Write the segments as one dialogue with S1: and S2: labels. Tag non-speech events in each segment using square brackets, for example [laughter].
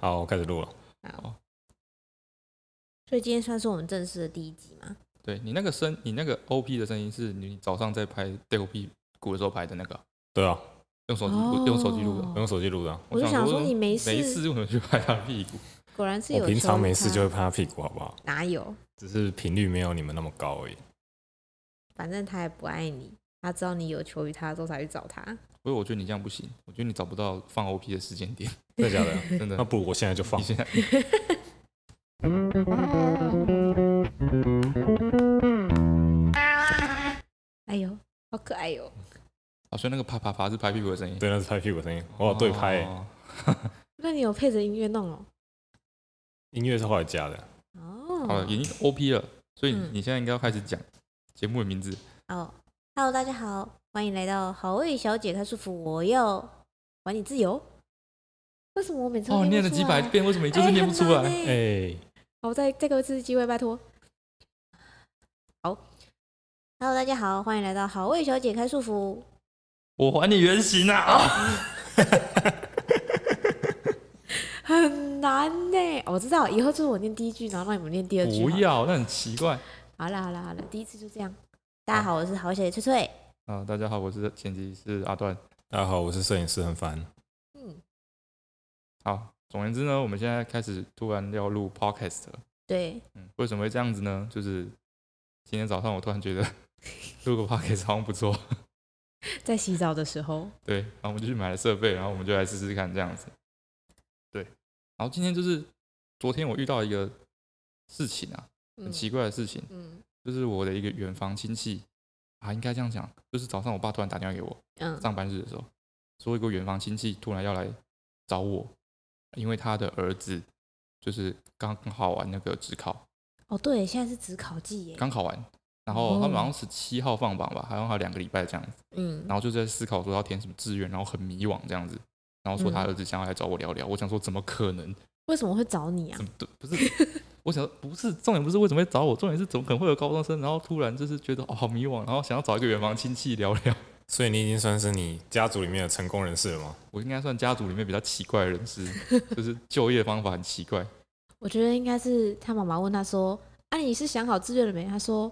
S1: 好，我开始录了。
S2: 好， [laughs] 所以今天算是我们正式的第一集嘛？
S3: 对你那个声，你那个 OP 的声音是你早上在拍 DOP 鼓的时候拍的那个，
S1: 对啊，
S3: 用手机录，哦用手机录的。嗯
S1: 我用手机录的啊。
S2: 哦我就想说你没
S3: 没
S2: 事，
S3: 事为什么去拍他屁股？ [laughs]
S2: 果然是有
S1: 我平常
S2: 球
S1: 没事
S2: 咖
S1: 就会拍他屁股，好不好？
S2: 哪有？
S1: 只是频率没有你们那么高而已。
S2: 反正他也不爱你，他知道你有求于他之后才去找
S3: [laughs]
S2: 他。
S3: 不是，我觉得你这样不行，我觉得你找不到放 OP 的时间点，
S1: 真的假的？[laughs]
S3: 真
S1: 那
S3: 的。
S1: 不如我现在就放
S3: [laughs] 你。现在
S2: 哎呦，好可爱哦哟、
S3: 好啊像那个啪啪啪是拍屁股的声音，
S1: 对，那是拍屁股声音。我有对拍欸，
S3: 哦
S2: 那你有配着音乐弄哦？
S1: 音乐是后来加的。
S3: 好
S2: 哦
S3: 了，已经 OP 了，所以
S2: 嗯
S3: 你现在应该要开始讲节目的名字。
S2: 哦，Hello，大家好，欢迎来到好味小姐开束缚，我要玩你自由。为什么我每次都
S3: 哦，
S2: 不
S3: 念了
S2: 出
S3: 几百
S2: 来啊，
S3: 遍，为什么你就是念不出来？
S2: 哎
S1: 哎，
S2: 好，再再给我一次机会，拜托。好，Hello，大家好，欢迎来到好味小姐开束缚。
S3: 我还你原形啊！
S2: 哦
S3: 啊
S2: 很难呢、我知道，以后就是我念第一句，然后让你们念第二句好
S3: [laughs] 不
S2: 了。
S3: 要，那很奇怪。
S2: 好啦好啦好啦，第一次就这样。大家好，我是好小姐翠翠。
S3: 啊，大家好，我是前期是阿段。
S1: 大家好，我是摄影师很凡。
S2: 嗯，
S3: 好，总而言之呢，我们现在开始突然要录 podcast 了。
S2: 对，
S3: 嗯，为什么会这样子呢？就是今天早上我突然觉得 [laughs] 录个 podcast 好像不错，
S2: 在洗澡的时候，
S3: 对，然后我们就去买了设备，然后我们就来试试看这样子。对，然后今天就是昨天我遇到一个事情啊，很
S2: 嗯
S3: 奇怪的事情，
S2: 嗯
S3: 就是我的一个远房亲戚啊，应该这样讲，就是早上我爸突然打电话给我，
S2: 嗯，
S3: 上班日的时候，说一个远房亲戚突然要来找我，因为他的儿子就是刚好完那个职考，
S2: 哦对，现在是职考季耶。
S3: 刚考完，然后他们
S2: 哦
S3: 好像十七号放榜吧，好像还有两个礼拜这样子，
S2: 嗯
S3: 然后就在思考说要填什么志愿，然后很迷惘这样子，然后说他
S2: 嗯
S3: 儿子想要来找我聊聊，我想说怎么可能？
S2: 为什么会找你啊
S3: 怎？么对？不是，我想说不是重点，不是为什么会找我，重点是怎么可能会有高中生，然后突然就是觉得哦好迷惘，然后想要找一个远房亲戚聊聊。
S1: 所以你已经算是你家族里面的成功人士了吗？
S3: 我应该算家族里面比较奇怪的人士，就是就业方法很奇怪。
S2: 我觉得应该是他妈妈问他说：“啊，你是想好志愿了没？”他说：“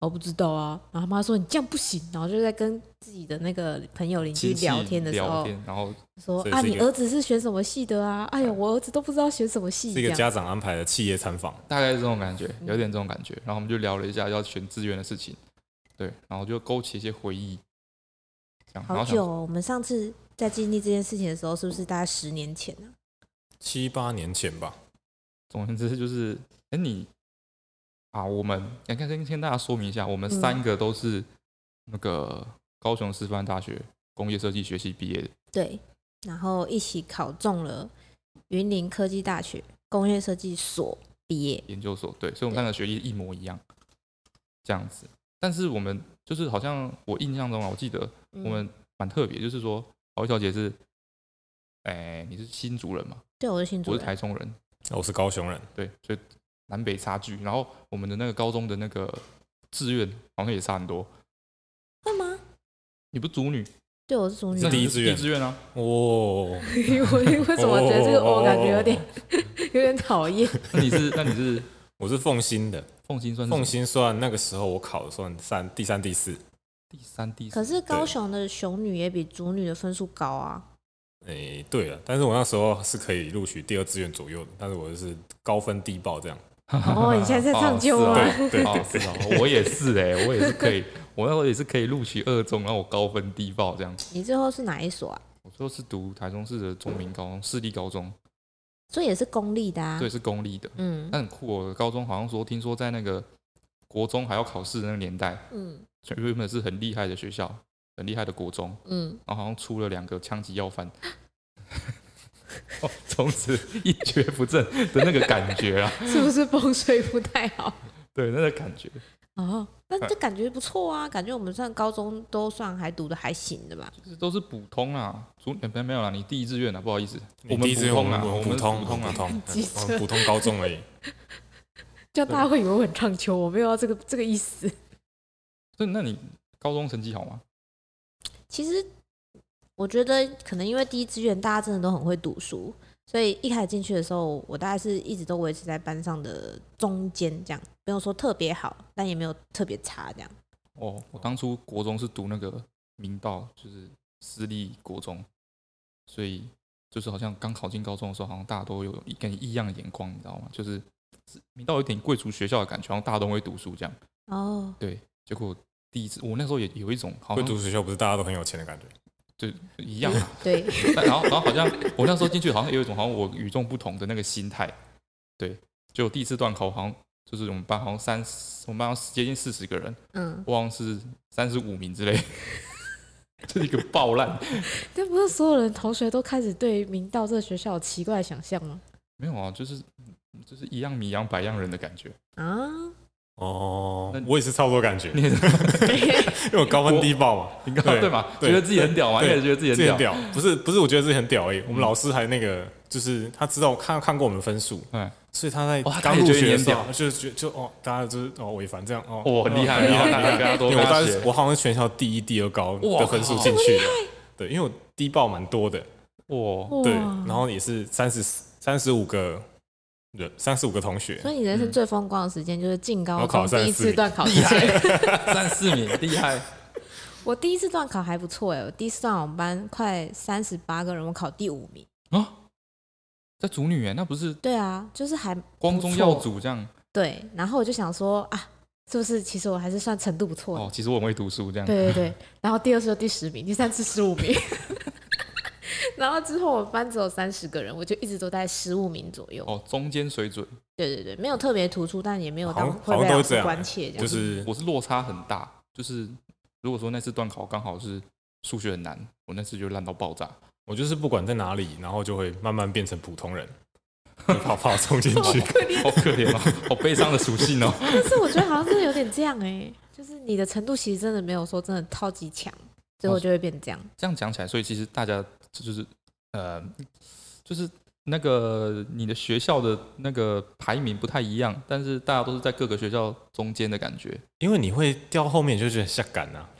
S2: 我不知道啊。”然后他妈说：“你这样不行。”然后就在跟自己的那个朋友邻居
S3: 亲戚
S2: 聊天的时
S3: 聊
S2: 候
S3: 天然后
S2: 说
S1: 所：“以
S2: 啊，
S1: 是一
S2: 你
S1: 个
S2: 儿子是选什么系的啊？哎呀，我儿子都不知道选什么系。”
S1: 是
S2: 这
S1: 一个
S2: 样。
S1: 家长安排的企业参访。
S3: 大概是这种感觉，
S2: 嗯
S3: 有点这种感觉。然后我们就聊了一下要选志愿的事情，对，然后就勾起一些回忆，这样。然
S2: 好
S3: 后想
S2: 久、哦，我们上次在经历这件事情的时候，是不是大概十年前啊？
S1: 七八年前吧，
S3: 总而言之就是，哎、你啊，我们哎，看先先大家说明一下，我们
S2: 嗯
S3: 三个都是那个高雄师范大学工业设计学系毕业的，
S2: 对，然后一起考中了云林科技大学工业设计所毕业。
S3: 研究所，对，所以我们三个学历一模一样，这样子。但是我们就是好像我印象中啊，我记得
S2: 嗯
S3: 我们蛮特别，就是说，敖小姐是，哎、你是新竹人嘛？
S2: 对我是新
S3: 我
S2: 竹
S3: 是
S2: 人，
S3: 台中人，
S1: 哦我是高雄人。
S3: 对，所以南北差距。然后我们的那个高中的那个志愿好像也差很多。
S2: 会吗？
S3: 你不是主女，
S2: 对，我是竹女
S1: 是
S2: 啊。
S1: 第一志愿
S3: 第一志愿啊，
S1: 哦，
S2: 我为什么觉得这个我感觉有点
S3: 哦
S2: [laughs] 有点讨厌？
S3: 那你是那你是
S1: 我是奉新的，
S3: 凤新算是什么
S1: 奉新算那个时候我考的算三第三第四，
S3: 第三第四啊
S2: 可是高雄的雄女也比竹女的分数高
S3: [laughs]
S2: 啊。
S1: 诶、对了，但是我那时候是可以录取第二志愿左右的，但是我就是高分低报这样。
S2: 哦，你现在在唱秋
S3: 哦
S2: 吗？
S3: 是
S1: 对对
S3: 哦
S1: 对
S3: 是哦，我也是哎、我也是可以，我那时候也是可以录取二中，然后我高分低报这样。
S2: 你最后是哪一所啊？
S3: 我最后是读台中市的中明高中，市立高中，
S2: 所以也是公立的啊。
S3: 对，是公立的，
S2: 嗯
S3: 那很酷哦。高中好像说，听说在那个国中还要考试的那个年代，
S2: 嗯
S3: 原本是很厉害的学校，很厉害的国中，
S2: 嗯，
S3: 然后好像出了两个枪击要犯，哦 [laughs] 从此一蹶不振的那个感觉 [laughs] 啊，
S2: 是不是 [laughs] 风水不太好？
S3: 对，那个感觉，
S2: 哦，但
S3: 哎
S2: 这感觉不错啊，感觉我们算高中都算还读的还行的吧。
S3: 就是都是普通啦，主没没有啦，你第一志愿啦，啊不好意思，我们
S1: 第一志愿
S3: 普
S1: 我
S3: 通
S1: 们
S3: 啦，我
S1: 我
S3: 们
S1: 们普通啊
S3: 普
S1: 我
S3: 通啊
S1: 们
S3: 啦
S1: 普，通，
S2: 机
S1: 嗯我
S2: 车
S1: 们普通高中而已。
S2: 这样大家会以为我很唱秋，我没有要这个这个意思。
S3: 所以那你高中成绩好吗？
S2: 其实我觉得可能因为第一志愿大家真的都很会读书，所以一开始进去的时候，我大概是一直都维持在班上的中间，这样没有说特别好，但也没有特别差，这样。
S3: 哦，我当初国中是读那个明道，就是私立国中，所以就是好像刚考进高中的时候，好像大家都有一跟你异样的眼光，你知道吗？就是是明道有点贵族学校的感觉，好像大家都会读书这样。
S2: 哦，
S3: 对，结果第一次我那时候也有一种好
S1: 会
S3: 像
S1: 读学校不是大家都很有钱的感觉，
S3: 一样啊，
S2: [laughs] 对，
S3: 但然后然后好像我那时候进去好像也有一种好像我与众不同的那个心态。对，就第一次段考好像就是我们班好像三十，我们班好像接近四十个人，
S2: 嗯，
S3: 我好像是三十五名之 [laughs] 类，这是一个爆烂。
S2: 但不是所有人同学都开始对明道这个学校有奇怪的想象吗？
S3: 没有啊，就是就是一样米养百样人的感觉。
S2: 啊，
S1: 哦
S3: 那，
S1: 我也是差不多感觉，
S3: [laughs] 你也是
S1: 因为我高分低报嘛，
S3: 你刚对嘛？觉得自己很屌嘛，一开
S1: 对
S3: 始觉得自己
S1: 自
S3: 很
S1: 己
S3: 屌嗯
S1: 很。屌，不是不是，我觉得自己很屌而已。我们老师还那个，就是他知道看看过我们分数，
S3: 嗯
S1: 所以他在
S3: 哦他
S1: 刚
S3: 也
S1: 入
S3: 觉得
S1: 学
S3: 你
S1: 的
S3: 很
S1: 时候，就就就哦，大家就是哦，伟凡这样哦，
S3: 哦，很厉害，
S1: 很
S3: 很
S1: 厉
S3: 厉
S1: 害
S3: 害，大家都
S1: 因为我
S3: 跟他
S1: 当时
S3: 学
S1: 我好像是全校第一、第二高的
S3: 哇
S1: 分数
S3: 靠
S1: 进去的，对，因为我低报蛮多的，
S3: 哇，
S2: 哇！
S1: 对，然后也是三十三十五个人，三十五个同学，
S2: 所以你人
S3: 嗯
S2: 生最风光的时间就是进高
S1: 我考
S2: 中第一
S1: 34
S2: 次段考
S3: [laughs] 厉
S2: 之前。
S3: 害，三四名，厉害，
S2: [laughs] 我第一次段考还不错哎，我第一次段我们班快三十八个人，我考第五名。
S3: 啊在组女哎，那不是
S2: 对啊，就是还
S3: 光宗耀祖这样
S2: 对，然后我就想说啊，是不是其实我还是算程度不错的？
S3: 哦？其实我很会读书这样，
S2: 对对对，然后第二次就第十名，第三次十五名， [laughs] 然后之后我们班只有三十个人，我就一直都在十五名左右。
S3: 哦，中间水准，
S2: 对对对，没有特别突出，但也没有到
S1: 好像
S2: 会
S1: 好
S2: 被
S1: 像都
S2: 老
S1: 这
S2: 师
S1: 样
S2: 关切这样。 [laughs]
S1: 就是
S3: 我是落差很大，就是如果说那次段考刚好是数学很难，我那次就烂到爆炸，
S1: 我就是不管在哪里，然后就会慢慢变成普通人，就跑跑冲进去，
S2: [laughs]
S3: 好可怜哦，好悲伤的属性哦。 [laughs]
S2: 但是我觉得好像真的有点这样哎、就是你的程度其实真的没有说真的超级强，最
S3: 哦
S2: 后就会变这样。
S3: 这样讲起来，所以其实大家这就是呃，就是那个你的学校的那个排名不太一样，但是大家都是在各个学校中间的感觉，
S1: 因为你会掉后面，你就觉得下感
S2: [laughs]
S1: 啊，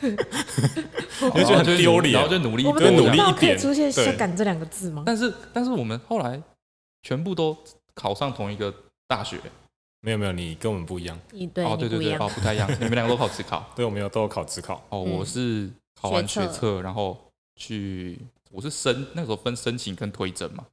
S3: 你
S1: [laughs] 就觉得很丢脸
S3: 然后就努力
S2: 我
S3: 多
S2: 们
S3: 这
S2: 的
S1: 对努
S3: 样，
S1: 力
S2: 频道
S1: 一
S2: 可以
S1: 点
S2: 出现“
S1: 对
S2: 香港”这两个字吗？
S3: 但是但是我们后来全部都考上同一个大学，
S1: 没有没有，你跟我们不一样，
S2: 你对
S3: 哦，对
S2: 你
S3: 对
S2: 不一
S3: 对，
S2: 样
S3: 哦，，不太一样，你们两个都考职考，
S1: 对，我们有都有考职考，
S3: 哦，
S2: 嗯
S3: 我是考完学
S2: 学测
S3: 测，然后去我是申那时候分申请跟推甄嘛，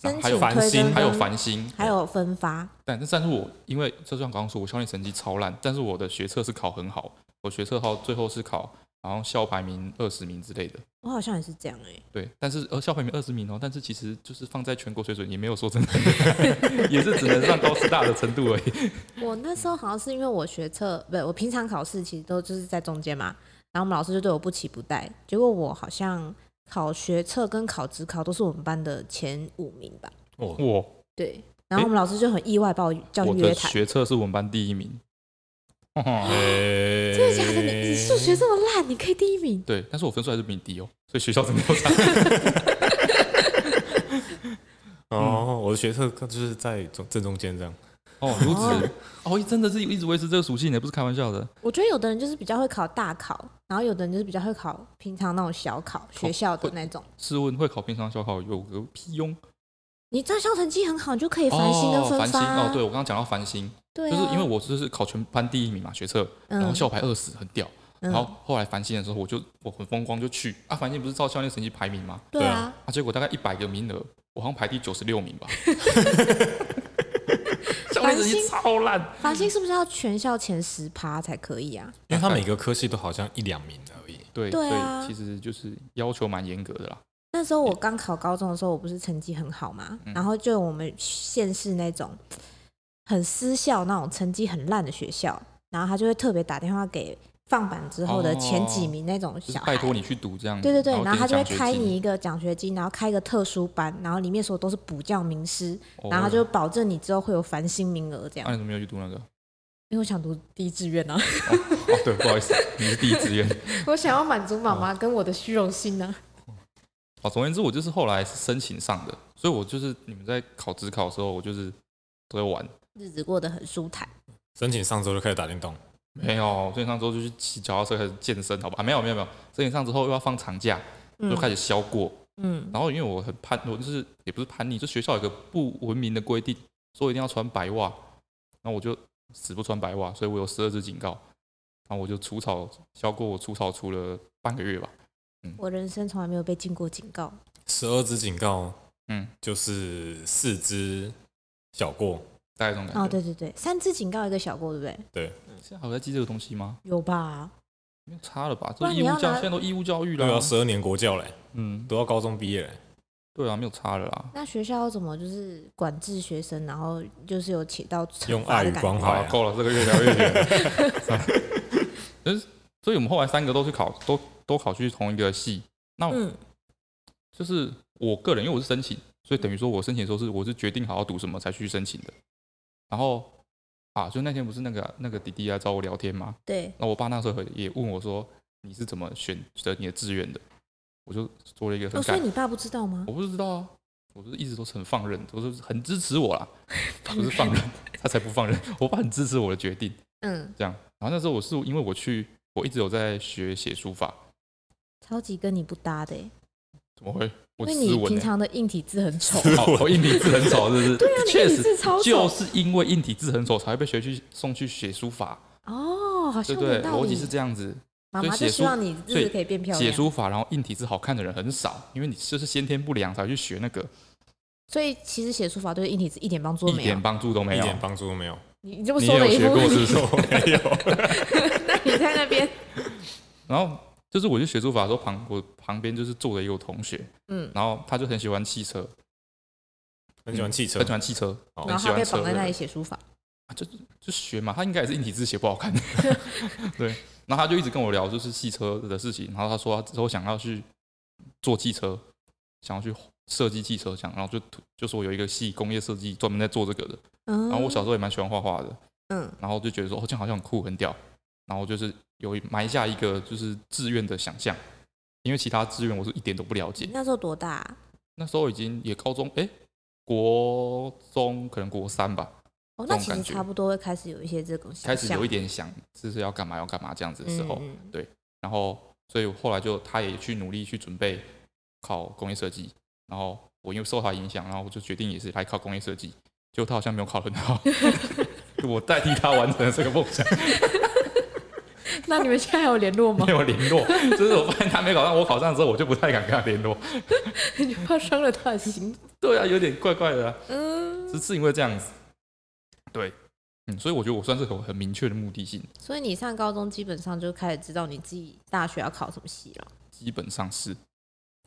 S3: 然后
S2: 申
S3: 还有
S2: 请
S1: 烦
S2: 推
S1: 心
S2: 甄
S3: 还有
S2: 跟
S3: 繁星，
S2: 还有分发，
S3: 但但是我因为就像刚刚说，我校内成绩超烂，但是我的学测是考很好，我学测号最后是考好像校排名二十名之类的，
S2: 我好像也是这样哎、
S3: 对，但是呃校排名二十名哦，但是其实就是放在全国水准也没有说真的， [laughs] 也是只能上高师大的程度而已。
S2: 我那时候好像是因为我学测，不，我平常考试其实都就是在中间嘛，然后我们老师就对我不期不待，结果我好像考学测跟考职考都是我们班的前五名吧，
S1: 哦，
S3: 我
S2: 对，然后我们老师就很意外把我叫
S3: 我
S2: 去
S3: 的
S2: 约谈，
S3: 学测是我们班第一名， [laughs]
S1: 真
S2: 真的假的？你你数学这么烂，你可以第一名？
S3: 对，但是我分数还是比你低哦，所以学校真的有差。嗯
S1: 哦，我的学测就是在中正中间这样，
S3: 哦，如此哦，真的是一直维持这个属性，也不是开玩笑的。
S2: 我觉得有的人就是比较会考大考，然后有的人就是比较会考平常那种小考，学校的那种。
S3: 试问会考平常小考有个屁用？
S2: 你在校成绩很好，你就可以繁星跟
S3: 哦
S2: 分
S3: 繁
S2: 发
S3: 星
S2: 啊、
S3: 哦，对我刚刚讲到繁星，
S2: 对啊，
S3: 就是因为我就是考全班第一名嘛，学测，然后校排二十，很屌。
S2: 嗯
S3: 然后后来繁星的时候，我就我很风光就去啊，繁星不是照校内成绩排名嘛，
S2: 对
S1: 对
S2: 啊
S1: 啊，
S3: 啊，结果大概一百个名额，我好像排第九十
S2: [laughs]
S3: 六名吧。校内成绩超烂，
S2: 繁星是不是要全校前十趴才可以啊？
S1: 因为他每个科系都好像一两名而已，
S3: 对
S2: 对啊
S3: 所以其实就是要求蛮严格的啦。
S2: 那时候我刚考高中的时候，我不是成绩很好嘛，然后就有我们县市那种很私校那种成绩很烂的学校，然后他就会特别打电话给放榜之后的前几名那种
S3: 就是
S2: 小孩，
S3: 拜托你去读这样，
S2: 对对对，然
S3: 然
S2: 后他就会
S3: 给
S2: 开
S3: 奖学
S2: 你
S3: 金，
S2: 一个奖学金，然后开一个特殊班，然后里面所有都是补教名师，
S3: 哦哎
S2: 然后他就保证你之后会有繁星名额这样
S3: 啊那。你怎么没有去读那个？
S2: 因为我想读第一志愿啊，
S3: 哦，对，不好意思，你是第一志愿。
S2: 我想要满足妈妈跟我的虚荣心啊呢、
S3: 哦，总而言之，我就是后来是申请上的，所以我就是你们在考职考的时候，我就是都在玩。
S2: 日子过得很舒坦。
S1: 申请上周就开始打电动，
S2: 嗯
S3: 没有，申请上之后就去骑脚踏车开始健身，好吧？啊，没有没有没有，申请上之后又要放长假，
S2: 嗯
S3: 就开始消过。
S2: 嗯
S3: 然后因为我很叛，我就是也不是叛逆，就学校有个不文明的规定，说一定要穿白袜，然后我就死不穿白袜，所以我有十二次警告。然后我就除草消过，我除草除了半个月吧。
S2: 我人生从来没有被进过警告，
S1: 十二只警告
S3: 嗯，
S1: 就是四只小过，
S3: 大概这种感觉。
S2: 哦，对对对，三次警告一个小过，对不对？
S3: 现在还有在记这个东西吗？
S2: 有吧？
S3: 没有差了吧？
S2: 不
S3: 这
S2: 然
S3: 义
S2: 你
S3: 务
S2: 要
S3: 教
S2: 拿
S3: 现在都义务教育
S1: 都要
S3: 了。啊
S1: 十二年国教嘞，
S3: 嗯，
S1: 都要高中毕业嘞。
S3: 对啊，没有差了啦。
S2: 那学校要怎么就是管制学生，然后就是有起到
S1: 用
S2: 惩罚
S1: 爱
S2: 的
S1: 与
S2: 感
S1: 关
S2: 觉？
S1: 怀、
S3: 好，
S1: 啊，
S3: 够了，这个越聊越远。 [laughs] 就是，所以我们后来三个都去考，都都考去同一个系。
S2: 嗯
S3: 就是我个人，因为我是申请，所以等于说我申请的时候是我是决定好要读什么才去申请的。然后啊，就那天不是那个那个弟弟来找我聊天嘛，
S2: 对，
S3: 那我爸那时候也问我说你是怎么选择你的志愿的，我就做了一个很
S2: 哦，所
S3: 感
S2: 以你爸不知道吗？
S3: 我不知道啊，我就是一直都是很放任，都是很支
S2: [laughs]
S3: 持我啦，不是放任，他才不放任。我爸很支持我的决定，
S2: 嗯，
S3: 这样。然后那时候我是因为我去，我一直有在学写书法，
S2: 超级跟你不搭的欸，
S3: 怎么会？我
S2: 因为
S3: 斯
S2: 你
S3: 文
S2: 平
S3: 呢、欸？
S2: 常的硬体字很
S3: [laughs]
S2: 丑。
S1: 斯
S3: 哦，
S1: 文
S3: 我硬体字很丑，
S2: [laughs]
S3: 是不是？对
S2: 啊你
S3: 确
S2: 硬体
S3: 实
S2: 字超
S3: 就
S2: 丑
S3: 是因为硬体字很丑，才会被学去送去写书法，
S2: 哦，好
S3: 对
S2: 像
S3: 不对？
S2: 有道
S3: 逻
S2: 理
S3: 辑。是这样子，
S2: 妈
S3: 所以
S2: 妈
S3: 写
S2: 就
S3: 书
S2: 希望你
S3: 所
S2: 日
S3: 以
S2: 子可以变漂
S3: 写
S2: 亮，
S3: 书法，然后硬体字好看的人很少，因为你就是先天不良才会去学那个，
S2: 所以其实写书法对硬体字一点帮助都
S3: 一
S2: 没有
S3: 点。帮助都没
S1: 一
S3: 有。
S1: 点帮助都没
S3: [laughs]
S1: 有。
S2: 你你这么
S3: 你
S2: 说
S3: 也
S2: 的
S3: 有
S2: 一
S3: 学
S2: 副，
S3: 过是不是？
S1: 没有，
S2: 那你在那边，
S3: 然后就是我去学书法的时候，旁我旁边就是坐了一个我同学， [laughs]
S2: 嗯，
S3: 然后他就很喜欢汽车，
S1: 很喜欢汽车
S3: 很喜，欢汽车，
S1: 哦
S2: 然后
S3: 很喜
S2: 他
S3: 欢
S2: 被
S3: 车
S2: 绑
S3: 的
S2: 在那里
S3: 人，
S2: 写书法，
S3: 啊就就学嘛，他应该也是硬体字写不
S2: [laughs]
S3: 好看，对。然后他就一直跟我聊就是汽车的事情，然后他说他之后想要去做汽车，想要去设计汽车，想然后就就说有一个系工业设计专门在做这个的。
S2: 嗯，
S3: 然后我小时候也蛮喜欢画画的，
S2: 嗯，
S3: 然后就觉得说哦这样好像很酷很屌，然后就是有一埋下一个就是志愿的想象，因为其他志愿我是一点都不了解
S2: 你。那时候多大啊？
S3: 那时候已经也高中，哎、国中可能国三吧，
S2: 哦，那
S3: 这种
S2: 其
S3: 感
S2: 实
S3: 觉
S2: 差不多会开始有一些这种
S3: 开始有一
S2: 点
S3: 点想就是要干嘛要干嘛这样子的时候，
S2: 嗯嗯
S3: 然后所以后来就他也去努力去准备考工业设计，然后我因为受他影响，然后我就决定也是来考工业设计，结果他好像没有考得很
S2: [laughs]
S3: 好，我代替他完成了这个梦想，
S2: 嗯那你们现在还有联络吗
S3: 没？有联络，就是我发现他没考上，我考上之后我就不太敢跟他联络，
S2: [laughs] 你怕伤了他的心？
S3: 对啊，有点怪怪的、啊，
S2: [laughs] 嗯，
S3: 只是因为这样子，对，嗯，所以我觉得我算是有很明确的目的性。
S2: 所以你上高中基本上就开始知道你自己大学要考什么系了。
S3: 基本上是。